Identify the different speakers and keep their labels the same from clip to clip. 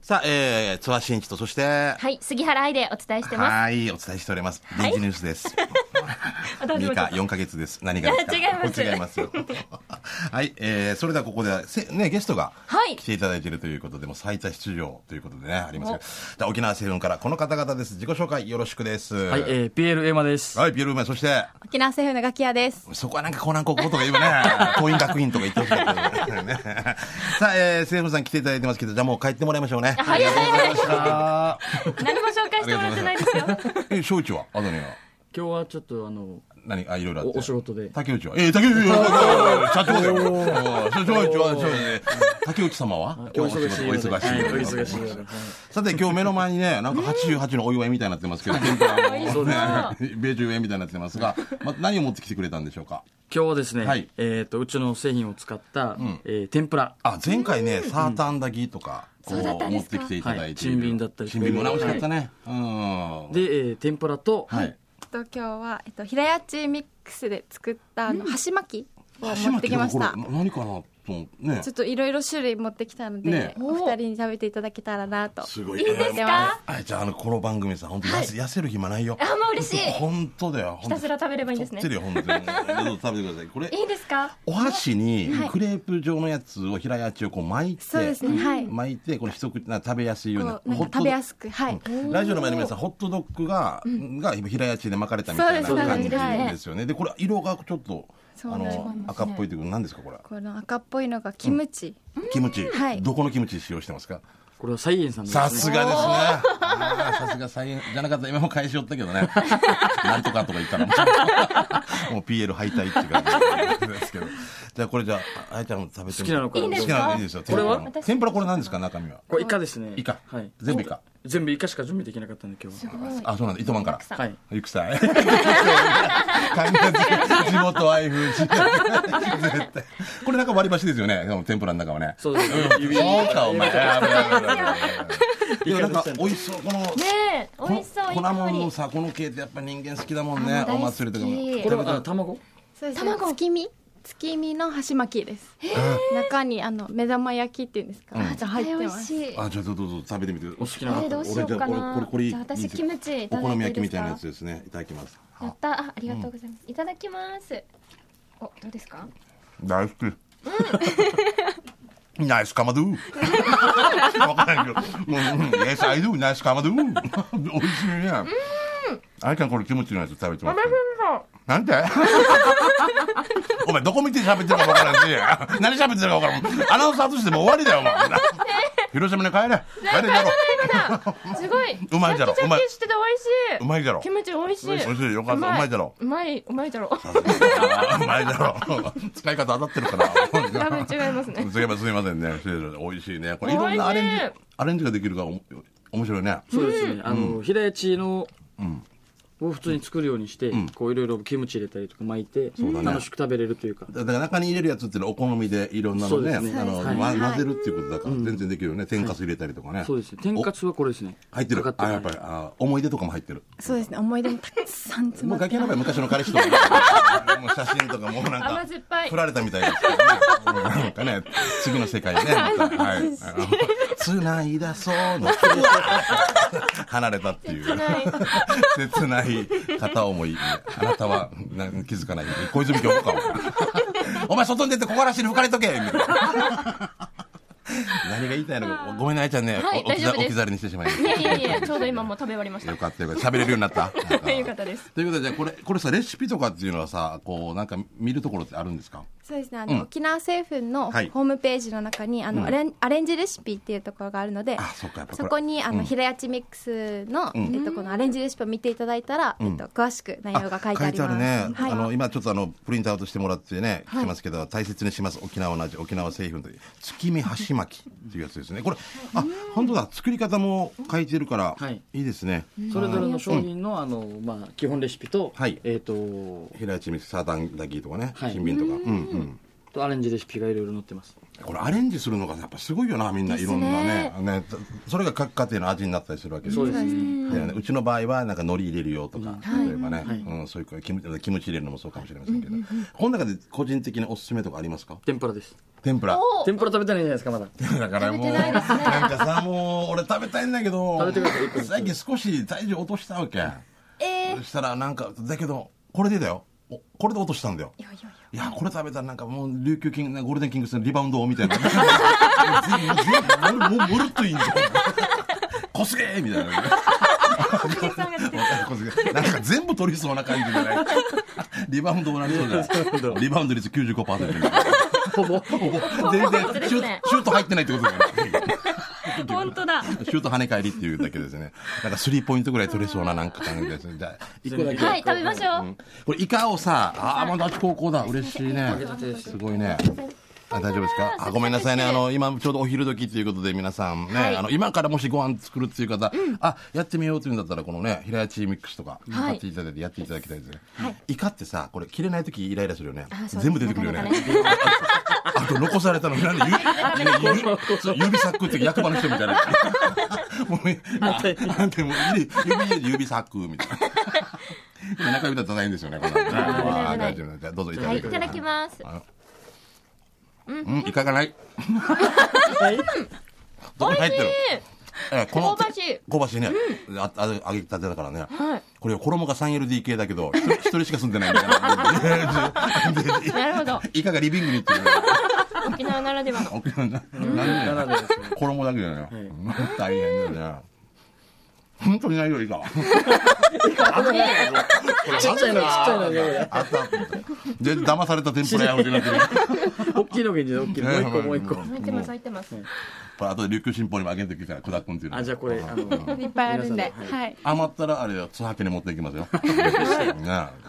Speaker 1: さあ、えー、津和新一と、そして、
Speaker 2: はい、杉原愛でお伝えしてま
Speaker 1: はい、お伝えしております。臨時ニュースです。
Speaker 2: す。 あどうぞ
Speaker 1: 二
Speaker 2: どうぞ
Speaker 1: か四ヶ月です。何がですか
Speaker 2: いや違います
Speaker 1: 違いますよ。 はい、えー、それではここではせねゲストが
Speaker 2: はい
Speaker 1: 来ていただいているということで、もう最多出場ということでねありますけど、じゃあ沖縄セブンからこの方々です。自己紹介よろしくです。は
Speaker 3: はい、えー、PL エマです。
Speaker 1: はい、ビエルウーマンそして、
Speaker 4: 沖縄政府のガキヤです。
Speaker 1: そこはなんか高南高校とか言うね、桐蔭学院とか言ってほしかった ね。さあ、えー、セブンさん来ていただいてますけど、じゃあもう帰ってもらいましょうね。
Speaker 2: 早い早い
Speaker 3: あ
Speaker 2: 何も紹介してもらってないですよ。
Speaker 1: え、正一はあとねは
Speaker 3: 今日はちょっとあの、
Speaker 1: 何あ、いろいろあって。
Speaker 3: おお仕事で。
Speaker 1: 竹内はえー、竹内 は社長だよ。おー社長一番社長ね竹内様は
Speaker 3: お忙しい
Speaker 1: お
Speaker 3: ようで。
Speaker 1: 忙し
Speaker 3: はいい
Speaker 1: よ
Speaker 3: お
Speaker 1: うで
Speaker 3: 忙しいようで。
Speaker 1: さて、今日目の前にね、なんか88のお祝いみたいになってますけど、天ぷら
Speaker 3: そ
Speaker 1: も
Speaker 3: うです
Speaker 1: ね、米中円みたいになってますが、ま何を持ってきてくれたんでしょうか
Speaker 3: 今日はですね、
Speaker 1: はい
Speaker 3: えっ、と、うちの製品を使った、えー天ぷら。
Speaker 1: あ、前回ね、サーターアンダギーとか、こう、持ってきていただいている。
Speaker 3: はい珍品だったり
Speaker 1: 珍品もね美味しかったね。うん。
Speaker 3: で、えー天ぷらと、
Speaker 1: はい。
Speaker 4: えっと今日はえっと平屋地ミックスで作ったあの箸巻きを
Speaker 1: 箸
Speaker 4: 持っ
Speaker 1: 巻
Speaker 4: て
Speaker 1: き
Speaker 4: きまし
Speaker 1: の
Speaker 4: た
Speaker 1: こ。れな何かなと思うね
Speaker 4: ちょ。っといろいろ種類持ってきたので、
Speaker 1: ね
Speaker 4: お二人に食べていただけたらなと。
Speaker 1: すごい。
Speaker 2: いいですか
Speaker 1: あじゃあ、あの、この番組さ、本当痩せ痩せる暇ないよ。
Speaker 2: あ、もう嬉しい。
Speaker 1: 本当だよ。
Speaker 2: ひたすら食べればいいんですね
Speaker 1: 太ってるよ、本当に。どうぞ食べてください。これ、
Speaker 2: いいですか
Speaker 1: お箸に
Speaker 2: はい
Speaker 1: クレープ状のやつを平屋中をこう巻いて、
Speaker 4: そうですねはい
Speaker 1: 巻いてこれ一口な食べやすいように
Speaker 4: こうなんか
Speaker 1: ホット
Speaker 4: 食べやすくはい。
Speaker 1: うんラジオの前の皆さんホットドッグが、が今平屋中で巻かれたみたいな
Speaker 4: そうです
Speaker 1: 感じ
Speaker 2: そうですはい
Speaker 1: ですよね。でこれ色がちょっとあ
Speaker 4: そうなんです
Speaker 1: の赤っぽいというか何ですかこれ？
Speaker 4: この赤っぽいのがキムチ。
Speaker 1: キムチ、
Speaker 4: はい
Speaker 1: どこのキムチ使用してますか？
Speaker 3: これはサイエンさんのですね。
Speaker 1: さすがですね。あーさすが再現じゃなかったら今も返しよったけどね。なんとかとか言ったらもうもう PL 敗退っていう感じですけど。じゃあこれじゃあ、あやちゃんも食べて
Speaker 3: 好きなのから
Speaker 2: いいんで
Speaker 1: 好
Speaker 2: す
Speaker 1: き
Speaker 2: か
Speaker 1: なのいいですよ。
Speaker 3: これは
Speaker 1: 天ぷらの天ぷらこれ何ですか中身は。
Speaker 3: これイカですね。
Speaker 1: イカ
Speaker 3: はい。
Speaker 1: 全部イカ。
Speaker 3: 全部イカしか準備できなかったんで今日は。
Speaker 1: あ、そうなんだ。糸満から。
Speaker 2: た
Speaker 3: はい。
Speaker 1: 行くさい。完全に地元愛風絶対。これなんか割り箸ですよね。この天ぷらの中はね。
Speaker 3: そうですね。指
Speaker 1: そうか、お前。でもなんか
Speaker 3: いいかもしれない
Speaker 1: 美味しそう。この
Speaker 2: ねえ、美味しそう、いい
Speaker 1: 粉も
Speaker 2: 香
Speaker 1: んの
Speaker 2: り。
Speaker 1: さこの系ってやっぱ人間好きだもんね
Speaker 2: あも
Speaker 1: お
Speaker 2: う大好き
Speaker 1: 祭りとかも
Speaker 3: これはあ卵
Speaker 4: そうですね
Speaker 2: 卵
Speaker 4: 月見月見の箸巻きです。中にあの目玉焼きっていうんですか。
Speaker 1: うん
Speaker 4: が入って
Speaker 2: 美
Speaker 4: ま
Speaker 2: 味
Speaker 4: す。
Speaker 2: しい。
Speaker 1: あじゃあどうぞどうぞ食べてみて
Speaker 3: お好き
Speaker 2: え
Speaker 3: な
Speaker 2: ー、どうしようかな。
Speaker 1: 俺
Speaker 2: じゃあ私キムチいた
Speaker 1: お
Speaker 2: だいてい
Speaker 1: 好み焼きみ
Speaker 2: いですか。
Speaker 1: たいなやつですねいただきます
Speaker 2: やったあありがとうございます、いただきますおどうですか
Speaker 1: 大好きナイスカマ ドゥわかんないけどうんうん Yes I do ナイス カマドゥ美味しいねあいちゃんこれキムチのやつ食べてますなんで お前どこ見て喋ってるか分から んし何喋ってるか分からんアナウンサーとしてもう終わりだよお前広島に帰れ帰れだろ
Speaker 2: すごい
Speaker 1: うまいじゃろ
Speaker 2: シャキシ
Speaker 1: うま
Speaker 2: ャ
Speaker 1: い
Speaker 2: キしてて美味しいう
Speaker 1: まいじゃろ
Speaker 2: キムチ美味しい
Speaker 1: 美味しいよかったうまいじゃろ
Speaker 2: うまいうまいじゃろ
Speaker 1: あー前だろ 使い方当たってるかな
Speaker 2: 多分違いますね
Speaker 1: すいませんすいませんね失礼しました美味しいねこれい
Speaker 2: 美味
Speaker 1: ろ
Speaker 2: しい
Speaker 1: んなアレンジアレンジができるからおも面白いね
Speaker 3: そうですね。あの、平屋地の、を普通に作るようにして、こういろいろキムチ入れたりとか巻いて、
Speaker 1: だね
Speaker 3: 楽しく食べれるというか。
Speaker 1: だから中に入れるやつっていうのはお好みでいろんなのね
Speaker 3: そうですね
Speaker 1: あの、
Speaker 3: はい
Speaker 1: ま混ぜるっていうことだから全然できるよね天かす入れたりとかね、
Speaker 3: そうですね。天かすはこれですね。
Speaker 1: お入ってる
Speaker 3: かか
Speaker 1: あ
Speaker 3: る
Speaker 1: やっぱりあ思い出とかも入ってる
Speaker 4: そうですね。思い出もたくさん詰
Speaker 1: も
Speaker 4: ま
Speaker 1: う
Speaker 4: って
Speaker 1: ガキの場合昔の彼氏と かもう写真とかもうなんか
Speaker 2: 甘酸っぱい
Speaker 1: 振られたみたいですけどねもうなんかね次の世界ね またはいあの繋いだそうの 離れたっていう
Speaker 2: 切ない
Speaker 1: 切ない片思いあなたはな気づかない小泉今日か お前お前外に出て木枯らしに吹かれとけみたいな 何が言いたいのかごめんなあいちゃんね、
Speaker 2: はい
Speaker 1: お置きざ
Speaker 2: 大丈夫です
Speaker 1: 置き去りにしてしまいま
Speaker 2: い
Speaker 1: し
Speaker 2: やいやいやちょうど今もう食べ終わりましたた
Speaker 1: よかったよかった喋れるようになったなんか
Speaker 2: よかったです
Speaker 1: ということで、じゃあこれ、これさ、レシピとかっていうのはさ、こう、なんか見るところってあるんですか
Speaker 4: そうですねあの、沖縄政府のホ
Speaker 1: はい
Speaker 4: ームページの中に、あのアレンアレンジレシピっていうところがあるので
Speaker 1: あそっかやっぱこれ
Speaker 4: そこにあの、平屋地ミックスの、えっと、このアレンジレシピを見ていただいたら、えっと、詳しく内容が書いてあります
Speaker 1: 書いてあるね。
Speaker 4: はい
Speaker 1: あの、今ちょっとあの、プリントアウトしてもらってね、来てますけど、大切にします。沖縄の味、沖縄製品という、月見箸巻きっていうやつですね。これ、あ、本当だ。作り方も書いてるから
Speaker 3: はい、
Speaker 1: いいですね。
Speaker 3: それぞれの商品の、あの、まあ、基本レシピと、
Speaker 1: はい
Speaker 3: えっ、と、
Speaker 1: 平内みつ、サータンダギーとかね、
Speaker 3: はい
Speaker 1: 新品とか。うんうん。
Speaker 3: とアレンジレシピがいろいろ載ってます。
Speaker 1: これアレンジするのがやっぱすごいよな、みんな。いろんなね。ね、それが各家庭の味になったりするわけです
Speaker 3: そう
Speaker 1: よ
Speaker 3: ですね。
Speaker 1: だよね、うちの場合はなんか海苔入れるよとか、例えばね、
Speaker 3: はい
Speaker 1: うん、そういうキムキムチ入れるのもそうかもしれませんけど、この中で個人的におすすめとかありますか
Speaker 3: 天ぷらです。
Speaker 1: 天ぷら
Speaker 2: お
Speaker 3: 天ぷら食べてないじゃないですか、ま
Speaker 1: だ
Speaker 3: だ。
Speaker 1: からもうなんかさもう俺べたいんだけど
Speaker 3: 食べてください一個ずつ
Speaker 1: 最近少し体重落としたわけ
Speaker 4: えー
Speaker 1: そしたらなんかだけどこれでだよおこれで落としたんだよ
Speaker 4: いやいやいや
Speaker 1: いやこれ食べたらなんかもう琉球キングゴールデンキングスのリバウンドみたいな もう全部もうもうもるっといいんだよこすげーみたいな
Speaker 2: お客さんが出てる
Speaker 1: こすげーなんか全部取りそうな感じじゃないリバウンドもらりそうじゃないリバウンド率95%
Speaker 3: ほぼ。
Speaker 1: ほぼ全然
Speaker 2: 本当で
Speaker 1: シュ
Speaker 2: す
Speaker 1: ー
Speaker 2: ね
Speaker 1: トシュート入ってないってことだよね
Speaker 2: 本当だ
Speaker 1: シュート跳ね返りっていうだけですね。なんかスリーポイントぐらい取れそうななんか感じですね。じゃあ、一個だけ。
Speaker 2: はい食べましょう、
Speaker 1: これイカをさ、ああ、まだ高校だ。嬉しいね。すごいね。あ大丈夫ですかあごめんなさいね。あの、今ちょうどお昼時ということで皆さんね、あの、今からもしご飯作るっていう方、あ、やってみようっていうんだったら、このね、平屋チーミックスとか、
Speaker 2: はい
Speaker 1: 買っていただいてやっていただきたいですね。イカってさ、これ切れない時イライラするよね。
Speaker 2: あそう
Speaker 1: 全部出てくるよ
Speaker 2: な
Speaker 1: ね
Speaker 2: かな。
Speaker 1: あと残されたのなん で指指指指サックって役場の人みたいな。もうね、あなんてもう指指指サックみたい な。今中指だとないんですよね。このあー大丈夫大丈夫どうぞいただ
Speaker 2: はいいい
Speaker 1: てく
Speaker 2: た
Speaker 1: ださ
Speaker 2: だきます
Speaker 1: うん、イカがない。どこに入ってる。ええこの
Speaker 2: 香ばしい
Speaker 1: 香ばしいね。あ、あ、揚げたてだからね。
Speaker 2: はい
Speaker 1: これ衣が 3LDK だけ ど、一人一人しか住んでないみたいな。でで
Speaker 2: なるほど
Speaker 1: イカがリビングにって いうね。
Speaker 2: 沖縄ならではの
Speaker 1: 沖縄な
Speaker 3: な
Speaker 1: なん
Speaker 3: ら
Speaker 1: で
Speaker 3: でですね。
Speaker 1: 衣だけだよ
Speaker 3: い。
Speaker 1: 大変だよね。本当にないよ、イカ。
Speaker 3: ちっちゃいの、ちっちゃいのね。
Speaker 1: あったあった。で、騙された天ぷら屋を出なくて。
Speaker 3: 大きいのがいいんじゃない大きいの。もう一個、もう
Speaker 2: 入っ
Speaker 3: 一個。
Speaker 2: てます入ってます
Speaker 1: これ後で琉球新報にもあげてきたら、砕くんっていうの
Speaker 3: あ、じゃあこれ、あの、
Speaker 4: いっぱいあるんではい
Speaker 1: 余ったらあれよ、ツハケに持っていきますよ。ね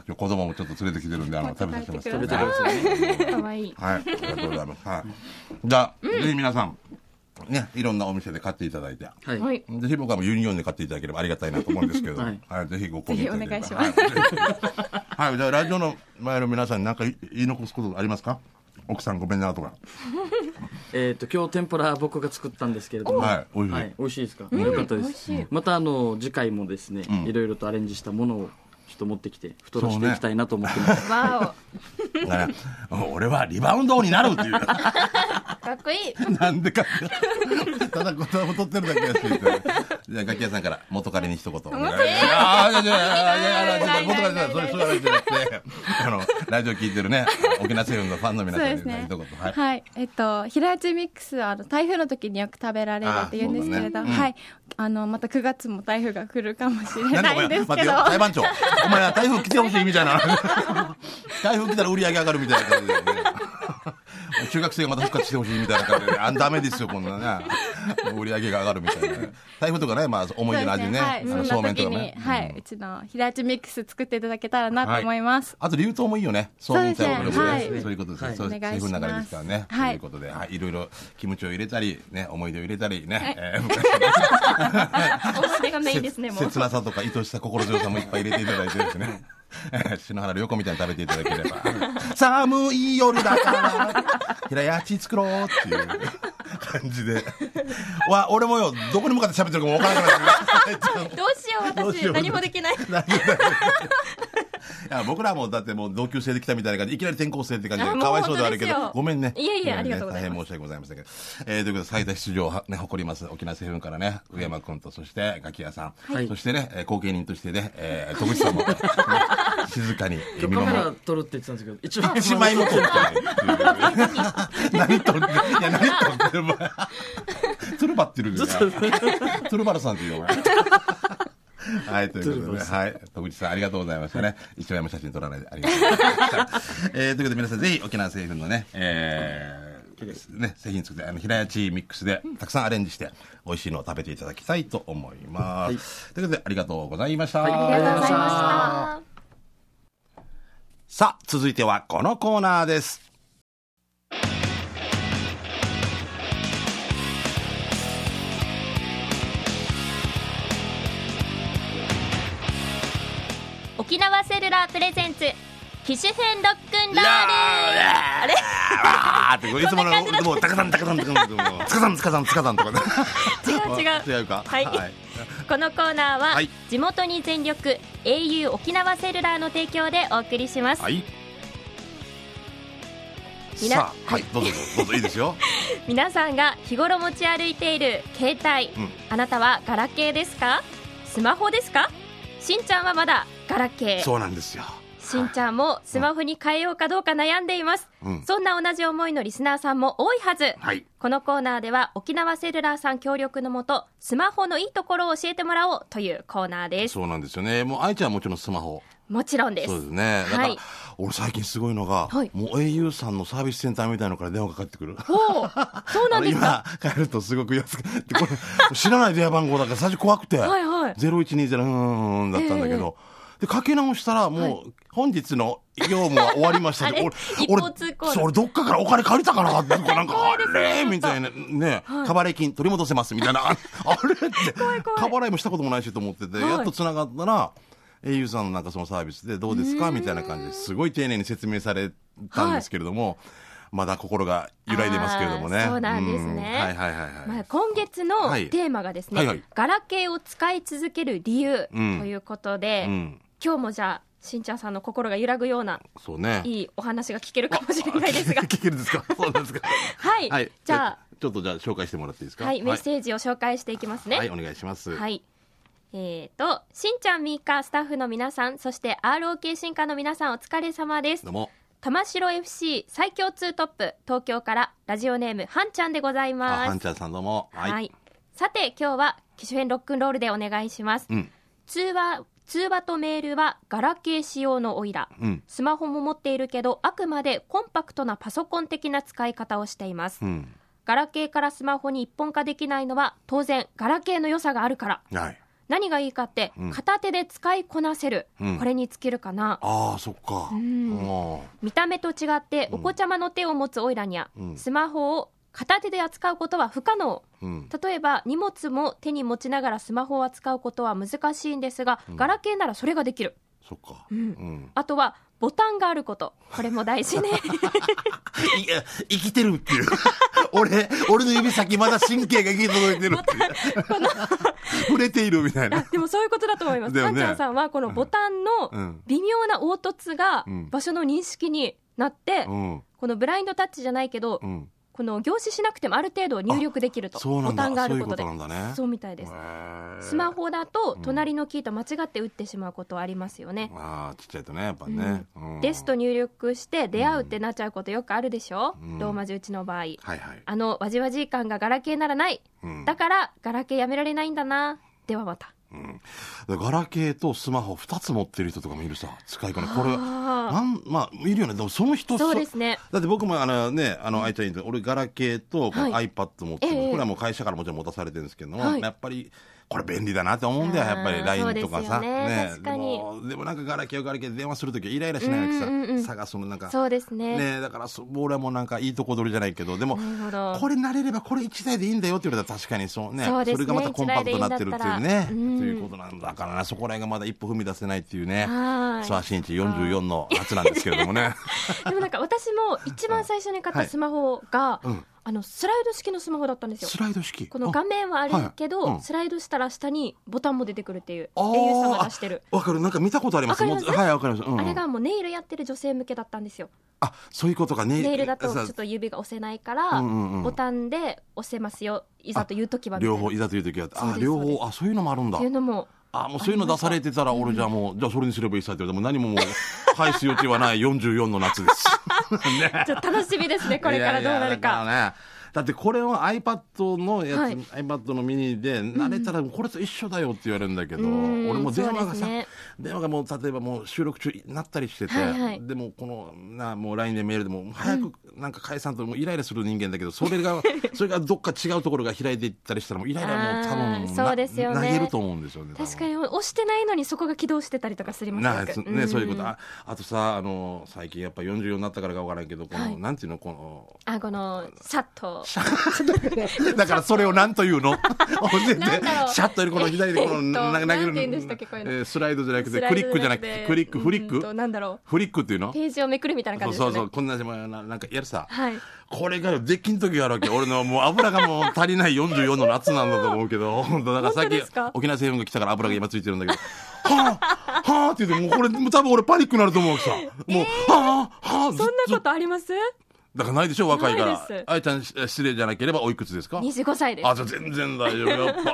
Speaker 1: え子供もちょっと連れてきてるんで、あの、食べさせます。
Speaker 3: 食べてください。
Speaker 2: 可愛いい
Speaker 1: はい、ありがとうございます。はい。じゃあ、ぜひ皆さん、ね、いろんなお店で買っていただいて。
Speaker 3: はい。
Speaker 2: はい
Speaker 1: ぜひ僕はもうユニオンで買っていただければありがたいなと思うんですけど、は
Speaker 3: はいい、
Speaker 1: ぜひご購入
Speaker 4: ぜひお願い
Speaker 1: ただければはい、はいじゃあラジオの前の皆さんに何か言い言い残すことありますか奥さんごめんなとか。
Speaker 3: えっと、今日天ぷら僕が作ったんですけれども。
Speaker 1: はい、おいしい。
Speaker 3: はい、美味しいですか、よかったで
Speaker 2: 美味
Speaker 3: す
Speaker 2: しい
Speaker 3: またあの次回もですね、いろいろとアレンジしたものをちょっと持ってきて太らしていきたいなと思ってます、
Speaker 4: わ
Speaker 1: だね俺はリバウンド王になるっていう。
Speaker 2: かっこいい
Speaker 1: なんでかって。ただ子供取ってるだけですって言って。じゃあ、ガキ屋さんから元彼に一言。ああ、いやいやいやいやいや、元彼じゃない、それ、それじゃなくて、あの、ラジオ聞いてるね、沖縄セブンのファンの皆
Speaker 4: そう
Speaker 1: さん
Speaker 4: で
Speaker 1: に
Speaker 4: すね
Speaker 1: 一言。はい。
Speaker 4: はい、えっと、平打ちミックスはあの台風の時によく食べられるって言うんですけれ
Speaker 1: あ
Speaker 4: ど、
Speaker 1: そうだねうん
Speaker 4: はい、あのまた9月も台風が来るかもしれ
Speaker 1: なん
Speaker 4: な
Speaker 1: でお
Speaker 4: いんで
Speaker 1: 前、
Speaker 4: す
Speaker 1: 待っ
Speaker 4: け
Speaker 1: て
Speaker 4: ど
Speaker 1: よ、、 裁判長。お前は台風来てほしいみたいな。台風来たら売り上げ上がるみたいな感じで、ね。中学生がまた復活してほしいみたいな感じで、あ、ダメですよ、こんなね。売り上げが上がるみたいなね。台風とかね、まあ、思い出の味ね。
Speaker 4: はい、
Speaker 1: あ
Speaker 4: そ
Speaker 1: の
Speaker 4: ん
Speaker 1: そうめ
Speaker 4: なん
Speaker 1: とか
Speaker 4: 時に、
Speaker 1: ね。
Speaker 4: はい、うちの平打ちミックス作っていただけたらなと思います。
Speaker 1: あと流湯もいいよね。そうめんタイプの
Speaker 4: そうです
Speaker 1: ね
Speaker 4: ねはい
Speaker 1: そういうことですね。
Speaker 3: はい
Speaker 1: そう
Speaker 4: お願いします
Speaker 1: そういう流れですからね。
Speaker 4: はい
Speaker 1: ということで、はい、いろいろキムチを入れたり、ね、思い出を入れたりね、え
Speaker 2: お店がメインですね
Speaker 1: ー
Speaker 2: もう
Speaker 1: 切なさとか愛しさ、心強さもいっぱい入れていただいてですね。 えー篠原涼子みたいに食べていただければ。寒い夜だから、平屋ち作ろうっていう感じで。わ、俺もよ、どこに向かって喋ってるかもわからなくなってきた。
Speaker 2: どうしよう
Speaker 1: どうしよう
Speaker 2: 私何もで きない
Speaker 1: いや僕らもだってもう同級生で来たみたいな感じでいきなり転校生って感じ
Speaker 2: あ
Speaker 1: で
Speaker 2: もう
Speaker 1: かわいそうではあるけ
Speaker 2: 本当
Speaker 1: ど
Speaker 2: ですよ
Speaker 1: ごめんね
Speaker 2: いえいえありがとうござ
Speaker 1: ごめんね大
Speaker 2: います
Speaker 1: 変申し訳ございませんけど、えーということで最多出場をは、ね、誇ります沖縄セブンからね上山君とそしてガキ屋さん、
Speaker 3: はい
Speaker 1: そしてねえー後継人としてね、えー、戸口さんもね 静かに見
Speaker 3: 今日カ
Speaker 1: 守
Speaker 3: メ
Speaker 1: る
Speaker 3: ラ撮るって言ってたんですけど一番
Speaker 1: 一枚も取ってないっていう何取っていや何取ってるお前トゥルバってるんだよトゥルバラさんっていうお前はい、ということで、はい、戸口さん、ありがとうございましたね。一枚も写真撮らないで、ありがとうございました。えーということで、皆さん、ぜひ沖縄製粉のね、えー、ね、製品作って、あの、平屋チミックスで、たくさんアレンジして、美味しいのを食べていただきたいと思います。ということで、ありがとうございました。
Speaker 2: ありがとうございました
Speaker 1: さあ、続いてはこのコーナーです。
Speaker 2: 沖縄セルラープレゼンツ機種編ロックンロール
Speaker 1: あれあーっていつもの
Speaker 2: こんな感じだった
Speaker 1: もうたかさんたかさんたかさんつかさんつかさんつかさんとかね
Speaker 2: 違う違う
Speaker 1: 違うか
Speaker 2: はいこのコーナーは、
Speaker 1: はい
Speaker 2: 地元に全力 au 沖縄セルラーの提供でお送りします、
Speaker 1: はい
Speaker 2: 皆
Speaker 1: さあはいどうぞどうぞどうぞいいですよ
Speaker 2: 皆さんが日頃持ち歩いている携帯、
Speaker 1: うん
Speaker 2: あなたはガラケーですかスマホですかしんちゃんはまだガラケー
Speaker 1: そうなんですよ。
Speaker 2: しんちゃんもスマホに変えようかどうか悩んでいます、
Speaker 1: うん
Speaker 2: そんな同じ思いのリスナーさんも多いはず、
Speaker 1: はい。
Speaker 2: このコーナーでは沖縄セルラーさん協力のもとスマホのいいところを教えてもらおうというコーナーです
Speaker 1: そうなんですよね。もう、愛ちゃんはもちろんスマホ。
Speaker 2: もちろんです
Speaker 1: そうですね。だから、
Speaker 2: はい
Speaker 1: 俺最近すごいのが、
Speaker 2: はい
Speaker 1: もう au さんのサービスセンターみたいのから電話かかってくる。
Speaker 2: おーそうなんですか
Speaker 1: あの今帰るとすごく安くでこれ知らない電話番号だから最初怖くて、
Speaker 2: はいはい
Speaker 1: 0120うんうんうんだったんだけど、でかけ直したらもう本日の業務は終わりましたで
Speaker 2: あれ一方
Speaker 1: 俺
Speaker 2: 通行だ
Speaker 1: そう俺どっかからお金借りたかなってなんか
Speaker 2: 怖
Speaker 1: あ
Speaker 2: いですね
Speaker 1: れ
Speaker 2: ちょっと
Speaker 1: みたいなね、カバレ金取り戻せますみ たいなああれってカバレもしたこともないしと思ってて、
Speaker 2: はい
Speaker 1: やっと繋がったら au さんのなんかそのサービスでどうですかみたいな感じですごい丁寧に説明されたんですけれども、まだ心が揺らいでますけれどもね。
Speaker 2: あーそうなんです
Speaker 1: う
Speaker 2: ね
Speaker 1: んはいはいはいはい。
Speaker 2: まあ、今月の
Speaker 1: はい
Speaker 2: テーマがですね、
Speaker 1: はいはい
Speaker 2: ガラケーを使い続ける理由と
Speaker 1: うん
Speaker 2: いうことで、
Speaker 1: うん、
Speaker 2: 今日もじゃあしんちゃんさんの心が揺らぐような
Speaker 1: そうね。
Speaker 2: いいお話が聞けるかもしれないです が
Speaker 1: 聞けるんですか。そうなんですか。
Speaker 2: はい、じゃあ、
Speaker 1: ちょっとじゃあ紹介してもらっていいですか。
Speaker 2: はい、メッセージを紹介していきますね
Speaker 1: はい、お願いします。
Speaker 2: はい。えー、と、しんちゃん、みーか、スタッフの皆さん、そして ROK 進化の皆さん、お疲れ様です
Speaker 1: どう。も。
Speaker 2: 玉城 FC 最強ツートップ、東京からラジオネーム、はんちゃんでござい
Speaker 1: あ、
Speaker 2: ます。
Speaker 1: はんちゃんさんどうも。
Speaker 2: はい、。さて、今日は、機種編ロックンロールでお願いします。
Speaker 1: うん
Speaker 2: 通話、通話とメールは、ガラケー仕様のオイラ。
Speaker 1: うん。
Speaker 2: スマホも持っているけど、あくまでコンパクトなパソコン的な使い方をしています。
Speaker 1: うん。
Speaker 2: ガラケーからスマホに一本化できないのは、当然、ガラケーの良さがあるから。
Speaker 1: はい。
Speaker 2: 何がいいかって、
Speaker 1: うん
Speaker 2: 片手で使いこなせる、
Speaker 1: うん
Speaker 2: これに尽きるかな
Speaker 1: ああ、そっか。
Speaker 2: ん
Speaker 1: も
Speaker 2: 見た目と違ってお子ちゃまの手を持つオイラには、
Speaker 1: うん
Speaker 2: スマホを片手で扱うことは不可能
Speaker 1: う。うん。
Speaker 2: 例えば荷物も手に持ちながらスマホを扱うことは難しいんですが、ガラケーならそれができる
Speaker 1: そっか。
Speaker 2: うん
Speaker 1: うん。
Speaker 2: あとはボタンがあることこれも大 事ね
Speaker 1: い や、生きてるっていう。 俺、俺の指先まだ神経が行き届いてる っていう。 触れているみたいな。
Speaker 2: でもそういうことだと思います
Speaker 1: だよ
Speaker 2: か
Speaker 1: ね
Speaker 2: んちゃんさんはこのボタン
Speaker 1: う
Speaker 2: の
Speaker 1: ん。
Speaker 2: 微妙な凹凸が
Speaker 1: うん
Speaker 2: 場所の認識になって、
Speaker 1: うん。
Speaker 2: このブラインドタッチじゃないけど、
Speaker 1: うん。
Speaker 2: この凝視しなくてもある程度入力できると
Speaker 1: そうな
Speaker 2: ボ
Speaker 1: ん
Speaker 2: タンが
Speaker 1: だ。
Speaker 2: あ
Speaker 1: そう
Speaker 2: る
Speaker 1: いう
Speaker 2: こ
Speaker 1: こと
Speaker 2: で
Speaker 1: となんだね。
Speaker 2: そうみたいです
Speaker 1: へえ
Speaker 2: スマホだと隣のキーと間違って打ってしまうことはありますよね、
Speaker 1: ああちっちゃいとねやっぱね、うん
Speaker 2: ですと入力して出会うってなっちゃうことよくあるでしょ、
Speaker 1: うん
Speaker 2: ローマ字打ちの場合
Speaker 1: はいはい、
Speaker 2: あのわじわじ感がガラケーならない
Speaker 1: うん
Speaker 2: だからガラケーやめられないんだなではまた
Speaker 1: うん、ガラケーとスマホ2つ持ってる人とかもいるさ使い方これ
Speaker 2: あ
Speaker 1: なんまあいるよねでもその人
Speaker 2: ーそうですね
Speaker 1: だって僕もあのね、あの、あいちゃんに言うと俺、ガラケーとこの
Speaker 2: は
Speaker 1: iPad 持ってる、
Speaker 2: ええ
Speaker 1: これはもう会社からもちろん持たされてるんですけども、
Speaker 2: はい
Speaker 1: やっぱり、これ便利だなって思うんだよ、
Speaker 2: あー
Speaker 1: やっぱり LINE とかさ。
Speaker 2: そうですよね確かに
Speaker 1: でも、でもなんかガラケーはガラケーで電話するときはイライラしないわけさ、
Speaker 2: うんうんうん
Speaker 1: 探すのなんか。
Speaker 2: そうですね
Speaker 1: ねだからそ、俺はもうなんかいいとこ取りじゃないけど、でも、
Speaker 2: なるほど
Speaker 1: これ慣れればこれ1台でいいんだよって言われたら確かにそうね。
Speaker 2: そうです
Speaker 1: れ
Speaker 2: ね
Speaker 1: がまたコンパクトになってるっていうね。と
Speaker 2: 一台でいいんだったらうん
Speaker 1: いうことなんだからな、そこら辺がまだ一歩踏み出せないっていうね。
Speaker 2: はい
Speaker 1: さあ、新地44の夏なんですけれども ね。
Speaker 2: でもなんか私も一番最初に買ったスマホが、
Speaker 1: うん
Speaker 2: あのスライド式のスマホだったんですよ
Speaker 1: スライド式。
Speaker 2: この画面はあるけど、
Speaker 1: はいうん
Speaker 2: スライドしたら下にボタンも出てくるっていう
Speaker 1: あー
Speaker 2: au さんが出してる、
Speaker 1: わかる、なんか見たことあります。
Speaker 2: わかります
Speaker 1: もうはい、わかります。うん
Speaker 2: あれがもうネイルやってる女性向けだったんですよ
Speaker 1: あ、そういうことかね。
Speaker 2: ネイルだとちょっ
Speaker 1: さ
Speaker 2: と指が押せないから、
Speaker 1: うんうんうん
Speaker 2: ボタンで押せますよいざという時はみたいな
Speaker 1: 両方いざという時は、
Speaker 2: そうで
Speaker 1: あ、
Speaker 2: す
Speaker 1: 両
Speaker 2: そうで
Speaker 1: 方、あ、そういうのもあるんだ
Speaker 2: ってい。うのも
Speaker 1: あ、もうそういうの出されてたら、俺じゃあもう、じゃあそれにすればいいさって言われても、何ももう、返す予定はない44の夏です。
Speaker 2: ちょっと楽しみです ねこれからどうなるか
Speaker 1: いやいやだらねだってこれを iPad のやつ、
Speaker 2: はい
Speaker 1: iPad のミニで慣れたらこれと一緒だよって言われるんだけど、
Speaker 2: うん
Speaker 1: 俺も電話
Speaker 2: そう
Speaker 1: が
Speaker 2: です
Speaker 1: さ、
Speaker 2: ね
Speaker 1: 電話がもう例えばもう収録中になったりしてて、
Speaker 2: はいはい
Speaker 1: でもこのなもう LINE でメールでも早くなんか返さんともうイライラする人間だけどそれ がそれがどっか違うところが開いていったりしたらもうイライラもう多
Speaker 2: あー
Speaker 1: 分
Speaker 2: そうですよね
Speaker 1: な投げると思うんですよね。多分
Speaker 2: 確かに押してないのにそこが起動してたりとかすります
Speaker 1: な
Speaker 2: よ
Speaker 1: あそ
Speaker 2: く
Speaker 1: ね、
Speaker 2: ん
Speaker 1: そういうことああとさあの最近やっぱ44になったからかわからんけどこの、
Speaker 2: はい
Speaker 1: なんていうのこの
Speaker 2: あこのさっと
Speaker 1: だからそれを何という の教えて
Speaker 2: なんだろう
Speaker 1: シャッとやるこの左でこの
Speaker 2: えっと
Speaker 1: な投げ
Speaker 2: な
Speaker 1: る
Speaker 2: んて言うんでしたっけこういうの
Speaker 1: えースライドじゃなくて
Speaker 2: スライ
Speaker 1: ク
Speaker 2: ド
Speaker 1: リックじゃなく
Speaker 2: じ
Speaker 1: て
Speaker 2: ゃ
Speaker 1: クリックフリッ
Speaker 2: うんと
Speaker 1: ク
Speaker 2: なんだろ
Speaker 1: フリックっていうの
Speaker 2: うページをめくるみたいな
Speaker 1: そ
Speaker 2: 感
Speaker 1: う
Speaker 2: じ
Speaker 1: そ
Speaker 2: ですよ
Speaker 1: うそ
Speaker 2: ね
Speaker 1: うこんな島ななんかやるさ
Speaker 2: はい
Speaker 1: これがよできん時があるわけ俺のもう油がもう足りない44の夏なんだと思うけ ど本当だからさっ
Speaker 2: 本当
Speaker 1: き
Speaker 2: ですか
Speaker 1: 沖縄製粉が来たから油が今ついてるんだけどはあはあって言ってもうこれもう多分俺パニックになると思うわけさもう、はあはあ
Speaker 2: そんなことあります
Speaker 1: だからないでしょ若いか
Speaker 2: ないで
Speaker 1: ら
Speaker 2: す
Speaker 1: あいちゃんえ失礼じゃなければおいくつですか
Speaker 2: 25歳です
Speaker 1: あじゃあ全然大丈夫やっぱ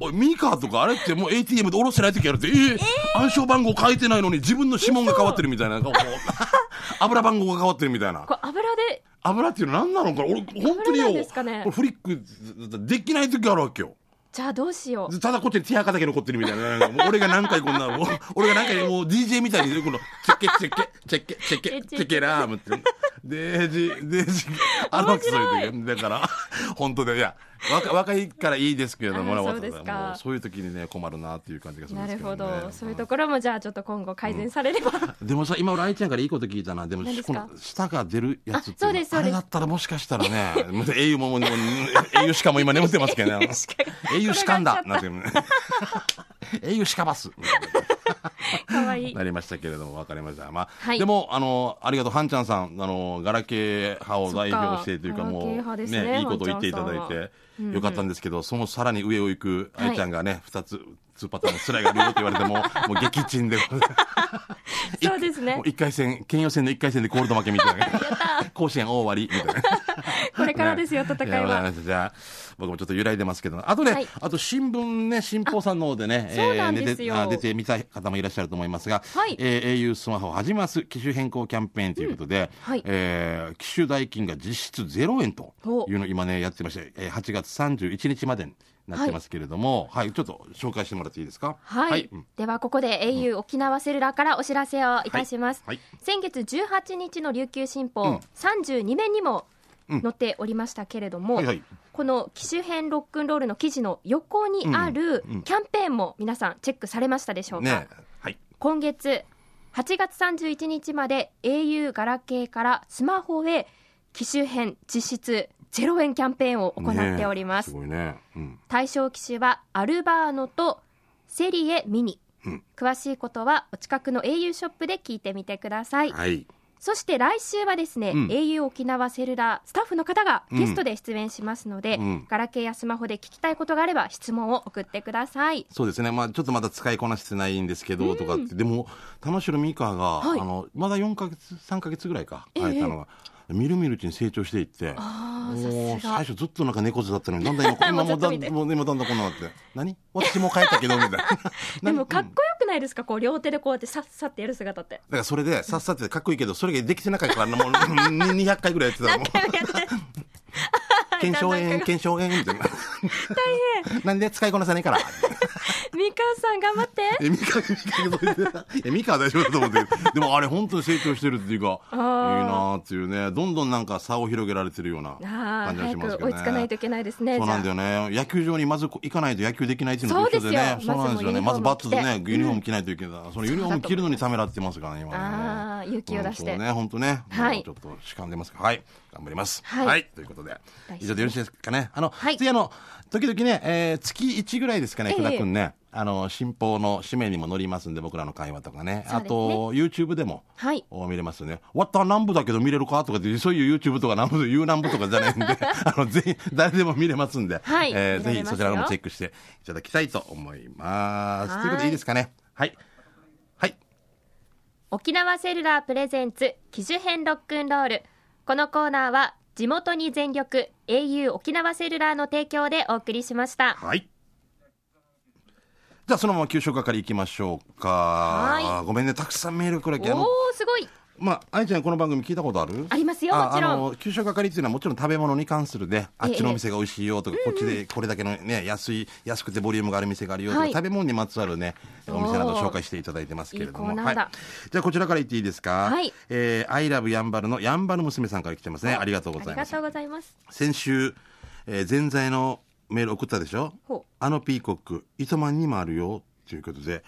Speaker 1: おいミカとかあれってもう ATM で下ろしてない時あるってえー暗証番号変えてないのに自分の指紋が変わってるみたい ななんかこう油番号が変わってるみたいな
Speaker 2: これ油で
Speaker 1: 油っていうの何なのか俺本当に
Speaker 2: 油な
Speaker 1: よ、
Speaker 2: んですかね
Speaker 1: これフリックできない時あるわけよ
Speaker 2: じゃあどうしよう
Speaker 1: ただこっちに手垢だけ残ってるみたいななんかもう俺が何回こんなもう俺が何回もう DJ みたいにこのチェッケチェッケチェッケチェッケチェッケラームってデージデージあのそういう時だから本当でいや若若いからいいですけれどもね
Speaker 2: あー
Speaker 1: わ
Speaker 2: そう
Speaker 1: ざ
Speaker 2: で
Speaker 1: わ
Speaker 2: すか
Speaker 1: ざもうそういう時にね困るなっていう感じがするん
Speaker 2: な
Speaker 1: です
Speaker 2: る
Speaker 1: けど、
Speaker 2: ほ
Speaker 1: ね、
Speaker 2: どそういうところもじゃあちょっと今後改善されれば、
Speaker 1: でもさ今俺愛ちゃんからいいこと聞いたなでも
Speaker 2: 何です
Speaker 1: こ
Speaker 2: か
Speaker 1: の舌が出るやつってい
Speaker 2: あそうですそう
Speaker 1: あ
Speaker 2: です
Speaker 1: れだったらもしかしたらね もう英雄ももうもう英雄しかも今眠ってますけどね英雄しかんだなんていうのね 英雄しかバス
Speaker 2: かわい い
Speaker 1: なりましたけれども、わかりました。まあ、
Speaker 2: はい
Speaker 1: でも、あの、ありがとう、ハンちゃんさん、あの、ガラケー派を代表してというか、
Speaker 2: そっか
Speaker 1: も
Speaker 2: ガラ
Speaker 1: う、
Speaker 2: ケー派ですね
Speaker 1: いいこと言っていただい
Speaker 2: ハンちゃんさ
Speaker 1: て、よかったんですけど、そのさらに上を行く、愛ちゃんがね、二つ、2パターンのスライがあるよって言われても、 もう撃沈で、
Speaker 2: そうですね
Speaker 1: もう一回戦、県予選の一回戦でコールド負けみたいな。甲子園大終わり、みたいな。
Speaker 2: これからですよ戦い
Speaker 1: やわかり
Speaker 2: は
Speaker 1: ましたじゃあ、僕もちょっと揺らいでますけど、あとね、
Speaker 2: はい
Speaker 1: あと新聞ね、新報さんの方でね、
Speaker 2: あそうなんです
Speaker 1: 出て
Speaker 2: よ
Speaker 1: あ出てみたい方もいらっしゃると思いますが、
Speaker 2: はい
Speaker 1: えー au スマホを始めます機種変更キャンペーンということで、
Speaker 2: はい
Speaker 1: えー機種代金が実質0円というのを今ね、やってまして、えー8月31日までになってますけれども、はい、ちょっと紹介してもらっていいですか。
Speaker 2: はい、
Speaker 1: うん
Speaker 2: ではここで au 沖縄セルラーからお知らせをいたします、
Speaker 1: はい
Speaker 2: 先月18日の琉球新報、
Speaker 1: うん
Speaker 2: 32面にも載っておりましたけれども、
Speaker 1: はいはい
Speaker 2: この機種編ロックンロールの記事の横にあるキャンペーンも皆さんチェックされましたでしょうか、
Speaker 1: ね、はい。
Speaker 2: 今月8月31日まで au ガラケーからスマホへ機種編実質0円キャンペーンを行っております、
Speaker 1: ねすごいね。うん。
Speaker 2: 対象機種はアルバーノとセリエミニ、
Speaker 1: うん
Speaker 2: 詳しいことはお近くの au ショップで聞いてみてください、
Speaker 1: はい。
Speaker 2: そして来週はですね、
Speaker 1: うん
Speaker 2: au 沖縄セルラースタッフの方がゲストで出演しますので、
Speaker 1: うん
Speaker 2: ガラケーやスマホで聞きたいことがあれば質問を送ってください
Speaker 1: そうですね、まあ、ちょっとまだ使いこなしてないんですけどとかって、でも、玉城美香が、
Speaker 2: はい
Speaker 1: あのまだ4か月、3か月ぐらいか、生えたのが、みるみるうちに成長していって、
Speaker 2: あ
Speaker 1: もう
Speaker 2: ーさ
Speaker 1: 最初ずっとなんか猫背だったのに、だんだん 今、今も
Speaker 2: もう
Speaker 1: う
Speaker 2: ずっ
Speaker 1: だ
Speaker 2: と見
Speaker 1: ん
Speaker 2: て
Speaker 1: もう今だんだんこんなになって、何私も帰ったけど、みた いな。
Speaker 2: すがでもかっ
Speaker 1: うん
Speaker 2: こよくないですかこう両手でこうやってさっさってやる姿って
Speaker 1: だからそれで、さっさってかっこいいけど、それができてなかったから、もう200回ぐらいやってたら、もう、
Speaker 2: やって
Speaker 1: 検証
Speaker 2: なん
Speaker 1: 炎、
Speaker 2: か
Speaker 1: 検証炎、みたいな。大変。 なんで使いこなせないから。
Speaker 2: みかんさん頑張って
Speaker 1: え、ミカ、ミカ、え、ミカは大丈夫だと思ってる。でもあれ本当に成長してるっていうか、いい
Speaker 2: ー
Speaker 1: なーっていうね、どんどんなんか差を広げられてるような
Speaker 2: あ
Speaker 1: 感
Speaker 2: ー
Speaker 1: じがしますけ
Speaker 2: 早く
Speaker 1: ど
Speaker 2: 追
Speaker 1: ね。
Speaker 2: いつかないといけないですね
Speaker 1: そうなん
Speaker 2: じ
Speaker 1: だ
Speaker 2: ゃあ
Speaker 1: よね。野球場にまず行かないと野球できないっていうのと一緒でね。
Speaker 2: そ
Speaker 1: そう
Speaker 2: ですよ
Speaker 1: うなんですよね。
Speaker 2: ま
Speaker 1: ま
Speaker 2: ず
Speaker 1: ず
Speaker 2: も
Speaker 1: バットで
Speaker 2: うユニフォーム
Speaker 1: ね、ユニフォーム着ないといけない。そのユニフォーム着るのにためらってますからね、今ね。
Speaker 2: あー勇気を出して
Speaker 1: うんそうね、本当ね。
Speaker 2: はい
Speaker 1: もうちょっとしかんでますから。はい。頑張ります。
Speaker 2: はい
Speaker 1: はい。ということで
Speaker 2: 大、事
Speaker 1: 以上でよろしいですかね。あの
Speaker 2: はい、
Speaker 1: 次あの、時々ね、えー月1ぐらいですかね、
Speaker 2: ええ
Speaker 1: 福田くんね。あの、新報の紙面にも載りますんで、僕らの会話とかね。
Speaker 2: そう
Speaker 1: あ
Speaker 2: ですね
Speaker 1: と、YouTube でも。
Speaker 2: はい
Speaker 1: お見れますね。終わった南部だけど見れるかとかって、そういう YouTube とか南部、U 南部とかじゃない んで、あの、ぜひ、誰でも見れますんで、
Speaker 2: はい
Speaker 1: えー
Speaker 2: 見ら
Speaker 1: ぜ
Speaker 2: れ
Speaker 1: ひ
Speaker 2: ます
Speaker 1: そ
Speaker 2: よ
Speaker 1: ちらのもチェックしていただきたいと思います。
Speaker 2: はい
Speaker 1: ということでいいですかね。はい。はい。
Speaker 2: 沖縄セルラープレゼンツ機種編ロックンロールこのコーナーは地元に全力 au 沖縄セルラーの提供でお送りしました
Speaker 1: はい。じゃあ、そのまま給食係行きましょうか。
Speaker 2: はい
Speaker 1: ごめんね、たくさんメールくれ
Speaker 2: お
Speaker 1: けあの
Speaker 2: ーすごい
Speaker 1: まあ、愛ちゃんこの番組聞いたことある
Speaker 2: ありますよ
Speaker 1: あ
Speaker 2: もちろん
Speaker 1: あの給食係っていうのはもちろん食べ物に関するであっちのお店が美味しいよとか、こっちでこれだけのね安い安くてボリュームがある店があるよとか、
Speaker 2: はい
Speaker 1: 食べ物にまつわるねお店など紹介していただいてますけれども
Speaker 2: いいコーナ
Speaker 1: は
Speaker 2: ー
Speaker 1: い
Speaker 2: だ、
Speaker 1: じゃあこちらから言っていいですか
Speaker 2: はい
Speaker 1: えーアイラブやんばるのやんばる娘さんから来てますね、ありがとうご
Speaker 2: あ
Speaker 1: ざ
Speaker 2: り
Speaker 1: いま
Speaker 2: が
Speaker 1: す
Speaker 2: とうございます
Speaker 1: 先週、えー前在のメール送ったでしょ
Speaker 2: ほう
Speaker 1: あのピーコック糸満にもあるよということで、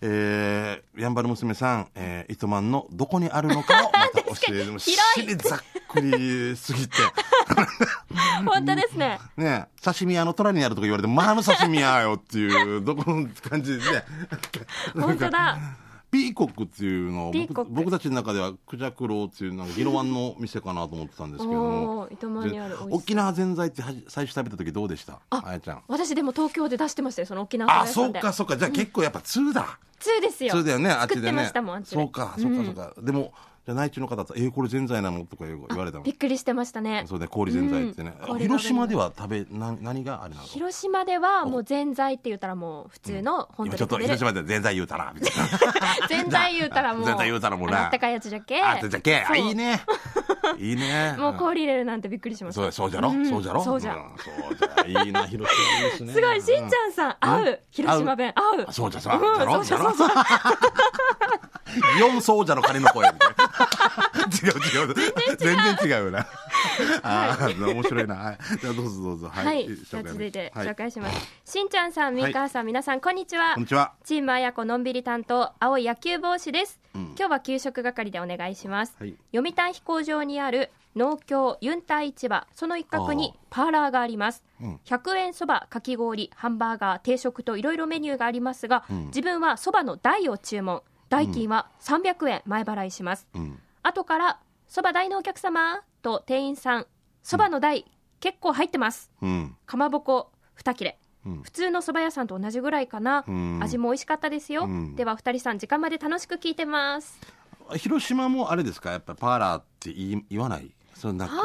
Speaker 1: えー、やんばる娘さん、えー、糸満のどこにあるのかをま た教えてもし
Speaker 2: 広
Speaker 1: り
Speaker 2: い
Speaker 1: ざっくりすぎて
Speaker 2: 本当ですね
Speaker 1: ねえ刺身屋の虎にあるとか言われてもまああの刺身屋よっていうどこの感じでね
Speaker 2: 本 当だ
Speaker 1: ピーコックっていうのを
Speaker 2: ピーコッ
Speaker 1: 僕
Speaker 2: ク
Speaker 1: 僕たちの中ではクジャクロウっていうなんかギロワンの店かなと思ってたんですけれども
Speaker 2: おー糸満にある美味し
Speaker 1: 沖
Speaker 2: い
Speaker 1: 縄ぜんざいってはじ最初食べた時どうでした
Speaker 2: あ
Speaker 1: あやちゃん
Speaker 2: 私でも東京で出してましたよその沖縄
Speaker 1: あそ
Speaker 2: そば屋さん
Speaker 1: う
Speaker 2: で
Speaker 1: かそうかじゃあ結構やっぱ通だ、
Speaker 2: 通ですよ
Speaker 1: そうだよね、あっ
Speaker 2: 作
Speaker 1: ち
Speaker 2: って
Speaker 1: で
Speaker 2: ま
Speaker 1: ね
Speaker 2: したもんあっ。ちで
Speaker 1: そうか、そうか、そうか。でも、じゃあ内地の方だったら「えー、これぜんざいなの?」とか言われたもん
Speaker 2: びっくりしてましたね
Speaker 1: そうね氷ぜんざいってね、
Speaker 2: うん氷
Speaker 1: 広島では食べな何があれなの
Speaker 2: 広島ではもうぜんざいって言ったらもう普通の
Speaker 1: 今
Speaker 2: 本当に
Speaker 1: ちょっと
Speaker 2: 食べ
Speaker 1: 広
Speaker 2: る
Speaker 1: 島でぜんざい言うたなみたいな
Speaker 2: ぜんざい言うた らもう
Speaker 1: ぜんざい言うたらもうな
Speaker 2: あったかいやつじゃけ
Speaker 1: あじゃけ
Speaker 2: そう
Speaker 1: いい ねいいね
Speaker 2: もう氷入れるなんてびっくりしまし
Speaker 1: そう
Speaker 2: た
Speaker 1: だそうじゃろ、
Speaker 2: うん
Speaker 1: そうじゃろ
Speaker 2: そうじゃ
Speaker 1: んそうじゃいいな広島いいですね
Speaker 2: すごいしんちゃんさん合う広島弁合う
Speaker 1: あそうじゃそう
Speaker 2: うん
Speaker 1: じゃろ
Speaker 2: そうじゃ
Speaker 1: じゃろイオンそうじゃの鐘の声みたい な違う違う全然違うよなあー面白いな はいじゃあどうぞどうぞ
Speaker 2: はい、じゃあ続いて紹介します、しんちゃんさん、みーかーさん、皆さんこんにちは
Speaker 1: こんにちは
Speaker 2: チームあやこのんびり担当青い野球帽子です、
Speaker 1: うん
Speaker 2: 今日は給食係でお願いします、
Speaker 1: はい
Speaker 2: 読谷飛行場にある農協ユンタ市場その一角にパーラーがあります、
Speaker 1: うん
Speaker 2: 100円そばかき氷ハンバーガー定食といろいろメニューがありますが、
Speaker 1: うん
Speaker 2: 自分はそばの台を注文代金は300円前払いします、
Speaker 1: うん
Speaker 2: 後からそば台のお客様と店員さんそばの台、結構入ってます
Speaker 1: うん
Speaker 2: かまぼこ2切れ
Speaker 1: うん
Speaker 2: 普通の蕎麦屋さんと同じぐらいかな、
Speaker 1: うん
Speaker 2: 味も美味しかったですよ、
Speaker 1: うん
Speaker 2: では二人さん時間まで楽しく聞いてます
Speaker 1: 広島もあれですかやっぱパーラーって言い言わないそんな
Speaker 2: パー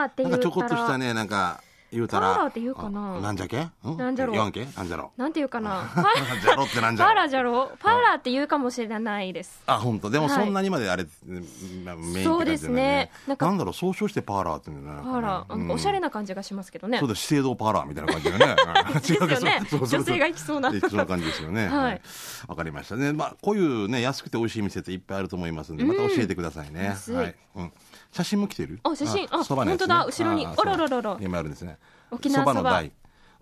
Speaker 2: ラーって
Speaker 1: な
Speaker 2: 言
Speaker 1: んから
Speaker 2: うた
Speaker 1: ちょこっとしたねなんか言うたら
Speaker 2: パーラーって言うかな
Speaker 1: あなんじゃけん
Speaker 2: なんじゃろう
Speaker 1: 言わんけなんじゃろ
Speaker 2: なんていうかなパー
Speaker 1: じゃろってなんじ
Speaker 2: パ
Speaker 1: ゃ
Speaker 2: ー
Speaker 1: ろ
Speaker 2: ラーじゃろパーラーって言うかもしれないです
Speaker 1: あ本当でも
Speaker 2: はい
Speaker 1: そんなにまであれ、まあメインって感じじゃ
Speaker 2: そ
Speaker 1: な
Speaker 2: う
Speaker 1: い
Speaker 2: ですねな
Speaker 1: なん
Speaker 2: か
Speaker 1: んだろう総称してパーラーっていうんだよね
Speaker 2: パーラー、あのおしゃれ
Speaker 1: な
Speaker 2: な感じがしますけどね
Speaker 1: そうだ資生堂パーラーみたいな感じだよね
Speaker 2: ですよね
Speaker 1: そうそうそう
Speaker 2: 女性が行きそうな
Speaker 1: 行きそうな感じですよね
Speaker 2: はい
Speaker 1: わ、かりましたねまあこういうね安くて美味しい店っていっぱいあると思いますんでまた教えてくださいね、
Speaker 2: 安い
Speaker 1: はいうん、写真も来てる
Speaker 2: あ写真あ
Speaker 1: そばのやつね
Speaker 2: 本当だ後ろに
Speaker 1: あそう
Speaker 2: あらららら
Speaker 1: 今あるんですね
Speaker 2: 沖縄そば
Speaker 1: の台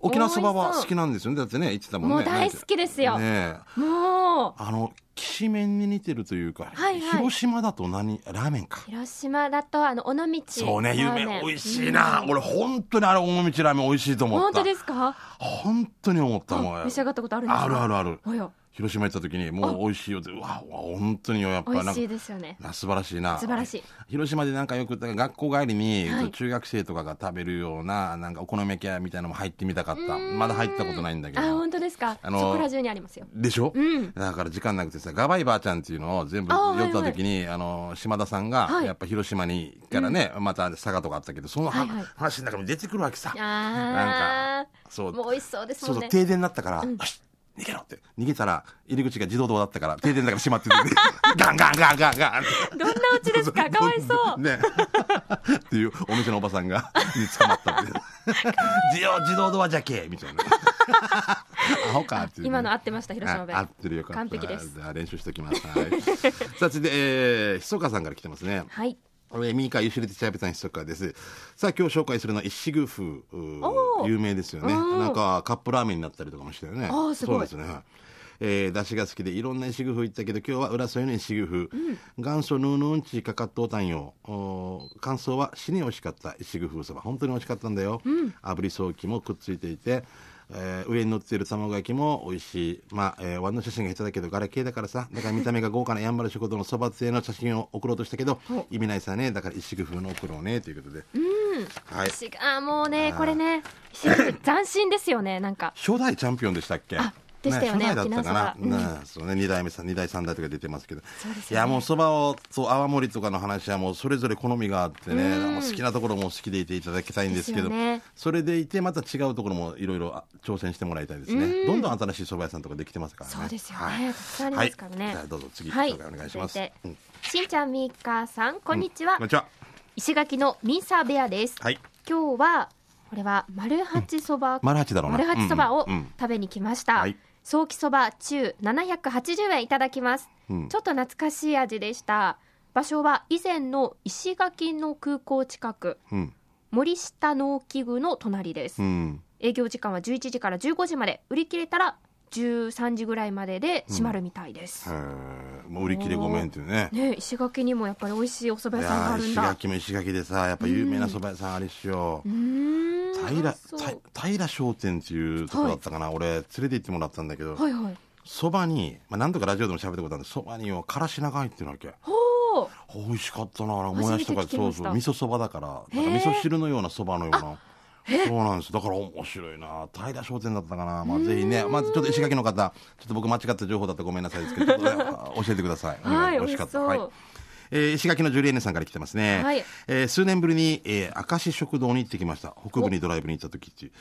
Speaker 1: 沖縄そばは好きなんですよねだってね言ってたもんね
Speaker 2: もう大好きですよ
Speaker 1: ねえ
Speaker 2: もう
Speaker 1: あの、きしめんに似てるというか、
Speaker 2: はいはい
Speaker 1: 広島だと何、ラーメンか。
Speaker 2: 広島だとあの尾道
Speaker 1: そうね、有
Speaker 2: ラーメ
Speaker 1: 名、
Speaker 2: ン
Speaker 1: 美味しいな。俺、本当にあれ、大道ラーメン美味しいと思った。
Speaker 2: 本当ですか
Speaker 1: 本当に思ったもん。
Speaker 2: あ召し上がったことあるんですか
Speaker 1: あるあるある。
Speaker 2: おや
Speaker 1: 広島行った時に、もう美味しいよって、うわ、本当によ、やっぱ
Speaker 2: 美
Speaker 1: な
Speaker 2: 味
Speaker 1: んか
Speaker 2: しいですよね
Speaker 1: な素晴らしいな
Speaker 2: 素晴らしい
Speaker 1: 広島でなんかよくだから学校帰りに、
Speaker 2: はい
Speaker 1: 中学生とかが食べるようななんかお好み焼き屋みたいなのも入ってみたかったまだ入ったことないんだけ
Speaker 2: あ
Speaker 1: ど
Speaker 2: 本当ですか、
Speaker 1: あのー
Speaker 2: そこら中にありますよ
Speaker 1: でしょ、
Speaker 2: うん
Speaker 1: だから時間なくてさ、ガバイばあちゃんっていうのを全部
Speaker 2: あー
Speaker 1: 読んだ時に、あの、島田さんが
Speaker 2: は、い
Speaker 1: やっぱ広島に、からね、また佐賀とかあったけど、その
Speaker 2: は
Speaker 1: はい
Speaker 2: はい
Speaker 1: 話の中に出てくるわけさ。
Speaker 2: あ
Speaker 1: そ
Speaker 2: あ
Speaker 1: う。
Speaker 2: もう美味しそうです
Speaker 1: そ
Speaker 2: も
Speaker 1: うんそう、
Speaker 2: ね
Speaker 1: 停電になったから、よし、逃げろって。逃げたら、入り口が自動ドアだったから、停電だから閉まって て、ガンガンガンガンガンって。
Speaker 2: どんなうちですかかわいそ う
Speaker 1: ね。っていう、お店のおばさんが、に捕まったって いう。自動、自動ドアじゃけえみたいな。アホかっていうね。
Speaker 2: 今の合ってました広島
Speaker 1: あ合っ
Speaker 2: 弁
Speaker 1: てるよかった
Speaker 2: 完璧です
Speaker 1: じゃあ練習しておきます、はい、 さあ続いて、えー、ひそかさんから来てますね
Speaker 2: はい
Speaker 1: えーミーカゆしりてちゃべたんひそかですさあ今日紹介するのは一子宮風う
Speaker 2: お
Speaker 1: ー
Speaker 2: ー
Speaker 1: 有名ですよね
Speaker 2: うん
Speaker 1: なんかカップラーメンになったりとかもしてよね
Speaker 2: あーすごい
Speaker 1: そうですねえー、出汁が好きでいろんな石宮風行ったけど今日は浦添の石宮風、元祖ヌーヌーンチかかっとうたんよおー感想は死に美味しかった石宮風そば本当に美味しかったんだよ、炙りソーキもくっついていて、えー上に乗っている卵焼きも美味しいまあ、えー、ワンの写真が下手だけどガラケーだからさだから見た目が豪華なやんばる食堂のそばつえの写真を送ろうとしたけど意味ないさねだから石宮風の送ろうねということで、はい
Speaker 2: しあーもうねこれねし斬新ですよねなんか
Speaker 1: 初代チャンピオンでしたっけ
Speaker 2: あでしたよね
Speaker 1: 初代だったか
Speaker 2: 沖縄
Speaker 1: な、
Speaker 2: そば
Speaker 1: ねそうね、2代目さん2代3代とか出てますけどいやもうそばをと泡盛とかの話はもうそれぞれ好みがあってねもう好きなところも好きでいていただきたいんですけど
Speaker 2: ですよね
Speaker 1: それでいてまた違うところもいろいろ挑戦してもらいたいですねどんどん新しいそば屋さんとかできてますからね
Speaker 2: そうですよね、
Speaker 1: はい
Speaker 2: たくさんありますからね、
Speaker 1: はいじゃあどうぞ次紹介お願いします
Speaker 2: 続て
Speaker 1: うん
Speaker 2: しんちゃんみーかーさんこんにちは、
Speaker 1: こんにちは
Speaker 2: 石垣のミンサーベアです、
Speaker 1: はい
Speaker 2: 今日はこれは丸八そば、
Speaker 1: 丸八だろうな
Speaker 2: 丸八そばを
Speaker 1: うんうん
Speaker 2: 食べに来ました、
Speaker 1: はい
Speaker 2: 早期そば中780円いただきます、
Speaker 1: うん
Speaker 2: ちょっと懐かしい味でした場所は以前の石垣の空港近く
Speaker 1: うん
Speaker 2: 森下農機具の隣です、
Speaker 1: うん
Speaker 2: 営業時間は11時から15時まで売り切れたら13時ぐらいまでで閉まるみたいです、
Speaker 1: へーもう売り切れごめんっていうね
Speaker 2: ね石垣にもやっぱり美味しいお蕎
Speaker 1: い
Speaker 2: 麦屋さんが
Speaker 1: やー
Speaker 2: あるん
Speaker 1: 石
Speaker 2: だ
Speaker 1: 垣も石垣でさやっぱ有名なそば屋さんあれっしょ、う
Speaker 2: うーん
Speaker 1: 平
Speaker 2: あそう
Speaker 1: 平平商店っていうところだったかな、俺連れて行ってもらったんだけど
Speaker 2: はいはい
Speaker 1: そば、に、まあ、何度かラジオでも喋ったことあるんでそばによからし長入ってるわけ
Speaker 2: ほう
Speaker 1: 美味しかったななんかもやしとか
Speaker 2: 初めて聞き
Speaker 1: そう
Speaker 2: まし
Speaker 1: そ
Speaker 2: た
Speaker 1: う味噌そばだから
Speaker 2: へ
Speaker 1: な
Speaker 2: ー
Speaker 1: んか味噌汁のようなそばのようなそうなんですだから面白いな平商店だったかな、まあ、ぜひねまず、ちょっと石垣の方ちょっと僕間違った情報だったらごめんなさいですけど、ちょっとね教えてください、
Speaker 2: はい
Speaker 1: うん美味しかった
Speaker 2: 美味しそう
Speaker 1: はいえー石垣のジュリエーネさんから来てますね。
Speaker 5: はい
Speaker 1: えー数年ぶりに、えー、明石食堂に行ってきました。北部にドライブに行った時っていう。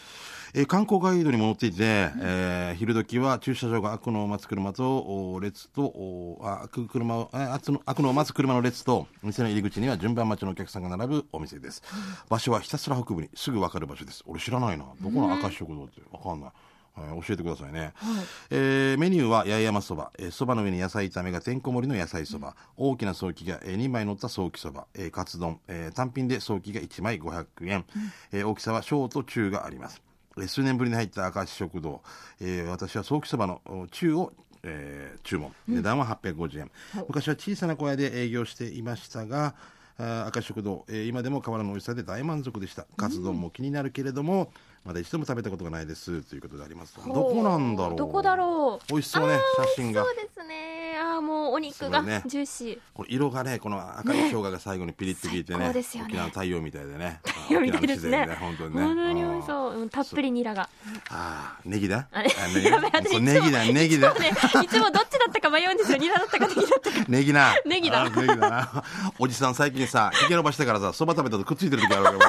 Speaker 1: えー観光ガイドに戻っていて、えー昼時は駐車場が開くのを待つ車と、お列と、おあ開く車を、あ開く開くのを待つ車の列と、店の入り口には順番待ちのお客さんが並ぶお店です。場所はひたすら北部に、すぐ分かる場所です。俺知らないな。どこの明石食堂って分かんない。はい教えてくださいね、えーメニューは八重山そば、えーそばの上に野菜炒めがてんこ盛りの野菜そば、大きなソーキが、え2枚乗ったソーキそば、えーカツ丼、えー単品でソーキが1枚500円、えー大きさは小と中がありますえー数年ぶりに入った明石食堂、えー私はソーキそばのお中をえー注文値段は850円、昔は小さな小屋で営業していましたがあー赤食堂、えー今でも変わらぬ美味しさで大満足でしたカツ丼も気になるけれども、まだ一度も食べたことがないですということでありますどこなんだろう
Speaker 2: どこだろう
Speaker 1: 美味しそうね写真が
Speaker 2: そうですねあーもうお肉が
Speaker 1: すごいね
Speaker 2: ジューシー
Speaker 1: この色がねこの赤い生姜が最後にピリッと効いてね
Speaker 2: ね最高ですよね
Speaker 1: 沖縄の太陽みたいでね
Speaker 2: いやみたいですね
Speaker 1: 沖縄の自然ね本
Speaker 2: 本
Speaker 1: 当
Speaker 2: 当
Speaker 1: に
Speaker 2: に
Speaker 1: ね
Speaker 2: 美味しそううんたっぷりニラが
Speaker 1: あーネギだ
Speaker 2: あれ
Speaker 1: あネギ
Speaker 2: やばい私いつ
Speaker 1: こ
Speaker 2: も
Speaker 1: れネギだネギだ
Speaker 2: ねいつもどっちだったか迷うんですよニラだったかネギだったか
Speaker 1: ネギな。
Speaker 2: ネギだ
Speaker 1: あネギだな。おじさん最近さ、ひげ伸ばしてからさ、そば食べたとくっついてる時ある か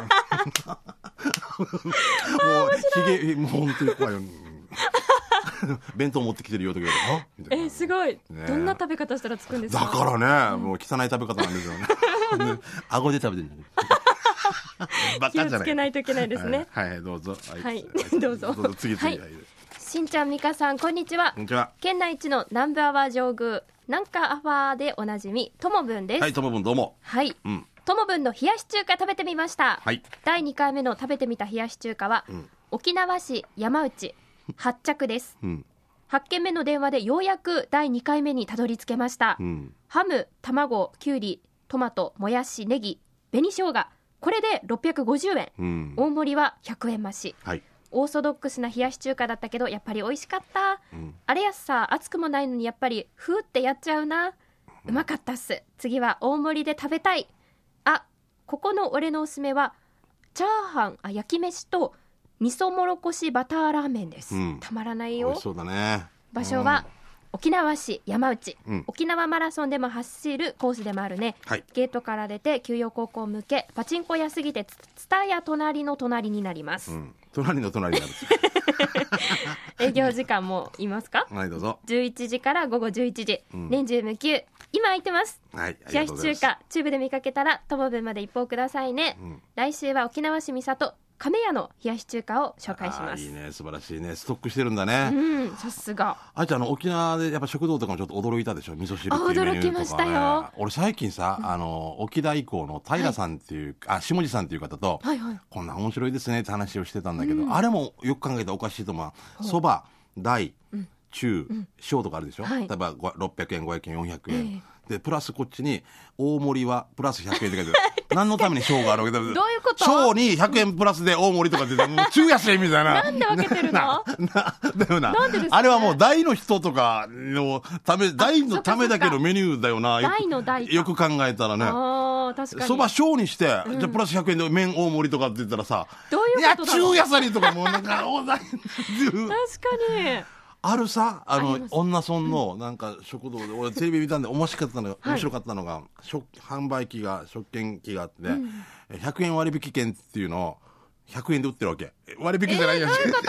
Speaker 1: ら。もう、ひげ、もう本当に怖いよ。うん弁当持ってきてるよとか言われてあみたいな
Speaker 2: えすごい
Speaker 1: ね
Speaker 2: どんな食べ方したらつくんです
Speaker 1: だ
Speaker 2: か
Speaker 1: からね、もう汚い食べ方なんですよね。ね顎 で食べて るんだけど。バ
Speaker 2: 気
Speaker 1: カ
Speaker 2: を
Speaker 1: じゃ
Speaker 2: つ
Speaker 1: ない。
Speaker 2: けないといけないですね
Speaker 1: はい。はい、どうぞ。
Speaker 2: はい どうぞ
Speaker 1: 次、
Speaker 2: は
Speaker 1: 次。
Speaker 2: い
Speaker 1: はい
Speaker 2: しんちゃんみかさんこんにちは
Speaker 1: こんにちは。
Speaker 2: 県内一の南部アワー上宮南下アワーでおなじみともぶんです
Speaker 1: はい、ともぶんどうも。
Speaker 2: はい
Speaker 1: うん。
Speaker 2: ともぶんの冷やし中華食べてみました、
Speaker 1: はい
Speaker 2: 第2回目の食べてみた冷やし中華は、
Speaker 1: ん
Speaker 2: 沖縄市山内発着です
Speaker 1: うん。
Speaker 2: 8件目の電話でようやく第2回目にたどり着けました、
Speaker 1: うん。
Speaker 2: ハム卵きゅうりトマトもやしネギ紅生姜これで650円、
Speaker 1: うん。
Speaker 2: 大盛りは100円増し
Speaker 1: はい。
Speaker 2: オーソドックスな冷やし中華だったけどやっぱり美味しかった、
Speaker 1: うん
Speaker 2: あれやさ熱くもないのにやっぱりふーってやっちゃうなうまかったっす次は大盛りで食べたいあここの俺のおすすめはチャーハンあ焼き飯と味噌もろこしバターラーメンです、
Speaker 1: うん
Speaker 2: たまらない
Speaker 1: 美
Speaker 2: よ
Speaker 1: 味しそうだね。
Speaker 2: 場所は沖縄市山内、
Speaker 1: うん
Speaker 2: 沖縄マラソンでも走るコースでもあるね、
Speaker 1: はい
Speaker 2: ゲートから出て休養高校向けパチンコ屋すぎてツツタヤ隣の隣になります、
Speaker 1: うん。隣の隣になる。
Speaker 2: 営業時間もいますか
Speaker 1: はい、どうぞ。
Speaker 2: 11時から午後11時、
Speaker 1: ん
Speaker 2: 年中無休今空いてます
Speaker 1: はい、あり
Speaker 2: 冷
Speaker 1: が
Speaker 2: やし
Speaker 1: とうござい
Speaker 2: 中
Speaker 1: ます。
Speaker 2: 華チューブで見かけたらともぶんまで一報くださいね、
Speaker 1: ん
Speaker 2: 来週は沖縄市三郷亀屋の冷やし中華を紹介し
Speaker 1: あ
Speaker 2: ま
Speaker 1: ー
Speaker 2: す
Speaker 1: いいね、素晴らしいね。ストックしてるんだね。
Speaker 2: うんさすが
Speaker 1: あいちゃん、あの、沖縄でやっぱ食堂とかもちょっと驚いたでしょ味噌汁っていうメニューとか、ね。
Speaker 2: あ驚きましたよ
Speaker 1: 俺最近さ、あの、沖田以降の平さんっていう、あ、下地さんっていう方と、
Speaker 2: はいはい
Speaker 1: こんな面白いですねって話をしてたんだけど、あれもよく考えたらおかしいと思う。そば、大、中、小とかあるでしょ、
Speaker 2: はい
Speaker 1: 例えばご600円、500円、400円。
Speaker 2: え
Speaker 1: で、プラスこっちに、大盛りはプラス100円って書いて ある。何のために小があるわけだどう
Speaker 2: ういうこと
Speaker 1: 小に100円プラスで大盛りとかって、もう中やしみたいな。
Speaker 2: なんで分けて るの
Speaker 1: な、だよな。
Speaker 2: なんでですかね
Speaker 1: あれはもう大の人とかのため、大のためだけのメニューだよな。よく
Speaker 2: 大の大か
Speaker 1: よく考えたらね。
Speaker 2: ああ確かに
Speaker 1: そば小にして、じゃあプラス100円で麺大盛りとかって言ったらさ、
Speaker 2: どういう
Speaker 1: や
Speaker 2: ことだろう
Speaker 1: 中野菜とかもうなんか、おだ
Speaker 2: 確かに
Speaker 1: あるさ、あ
Speaker 2: あり
Speaker 1: の
Speaker 2: ま、す
Speaker 1: 女村のなんか食堂で、俺テレビ見たんで面白かったのが、
Speaker 2: い
Speaker 1: 面白かったのが、食、販売機が、食券機があって、100円割引券っていうのを、100円で売ってるわけ。割引じゃないやつ。
Speaker 2: どういうこ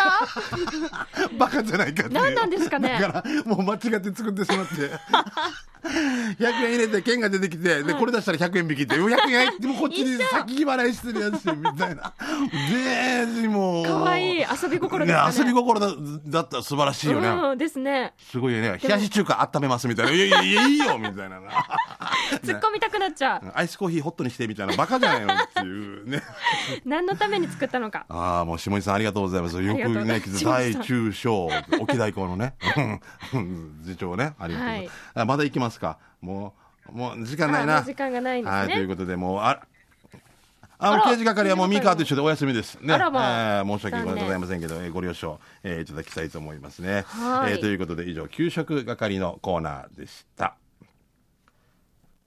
Speaker 2: と
Speaker 1: バカじゃないかっていう
Speaker 2: 何なんですかね
Speaker 1: だからもう間違って作ってしまって 100円入れて券が出てきてでこれ出したら100円引きって400円入ってもうこっちに先払いしてるやつよみたいなでもう
Speaker 2: 可愛い遊び心ですかね
Speaker 1: ね遊び心だだったら素晴らしいよね、
Speaker 2: うんですね
Speaker 1: すごいよね冷やし中華温めますみたいないやいやいやいいよみたいな な
Speaker 2: 突っ込みたくなっちゃう、
Speaker 1: アイスコーヒーホットにしてみたいなバカじゃないのっていうね
Speaker 2: 何のために作ったのか
Speaker 1: ああ、もう下地さんありがとうございます。よ
Speaker 2: りがとう
Speaker 1: く
Speaker 2: ござい
Speaker 1: ね
Speaker 2: ます、
Speaker 1: 大中小、沖大高の ね、うん次長ね、ありがとうございます。あまだ行きますかもう、もう時間ない
Speaker 2: あ
Speaker 1: な。
Speaker 2: もう時間がないんですね
Speaker 1: はい、ということで、もう、ああ
Speaker 2: あら
Speaker 1: の刑事係はもうミカと一緒でお休みです。ね。
Speaker 2: あらまあ
Speaker 1: えー申し訳
Speaker 2: 残
Speaker 1: ご
Speaker 2: 念
Speaker 1: ざいませんけど、えーご了承、えーいただきたいと思いますね。
Speaker 2: はい
Speaker 1: えーということで、以上、給食係のコーナーでした。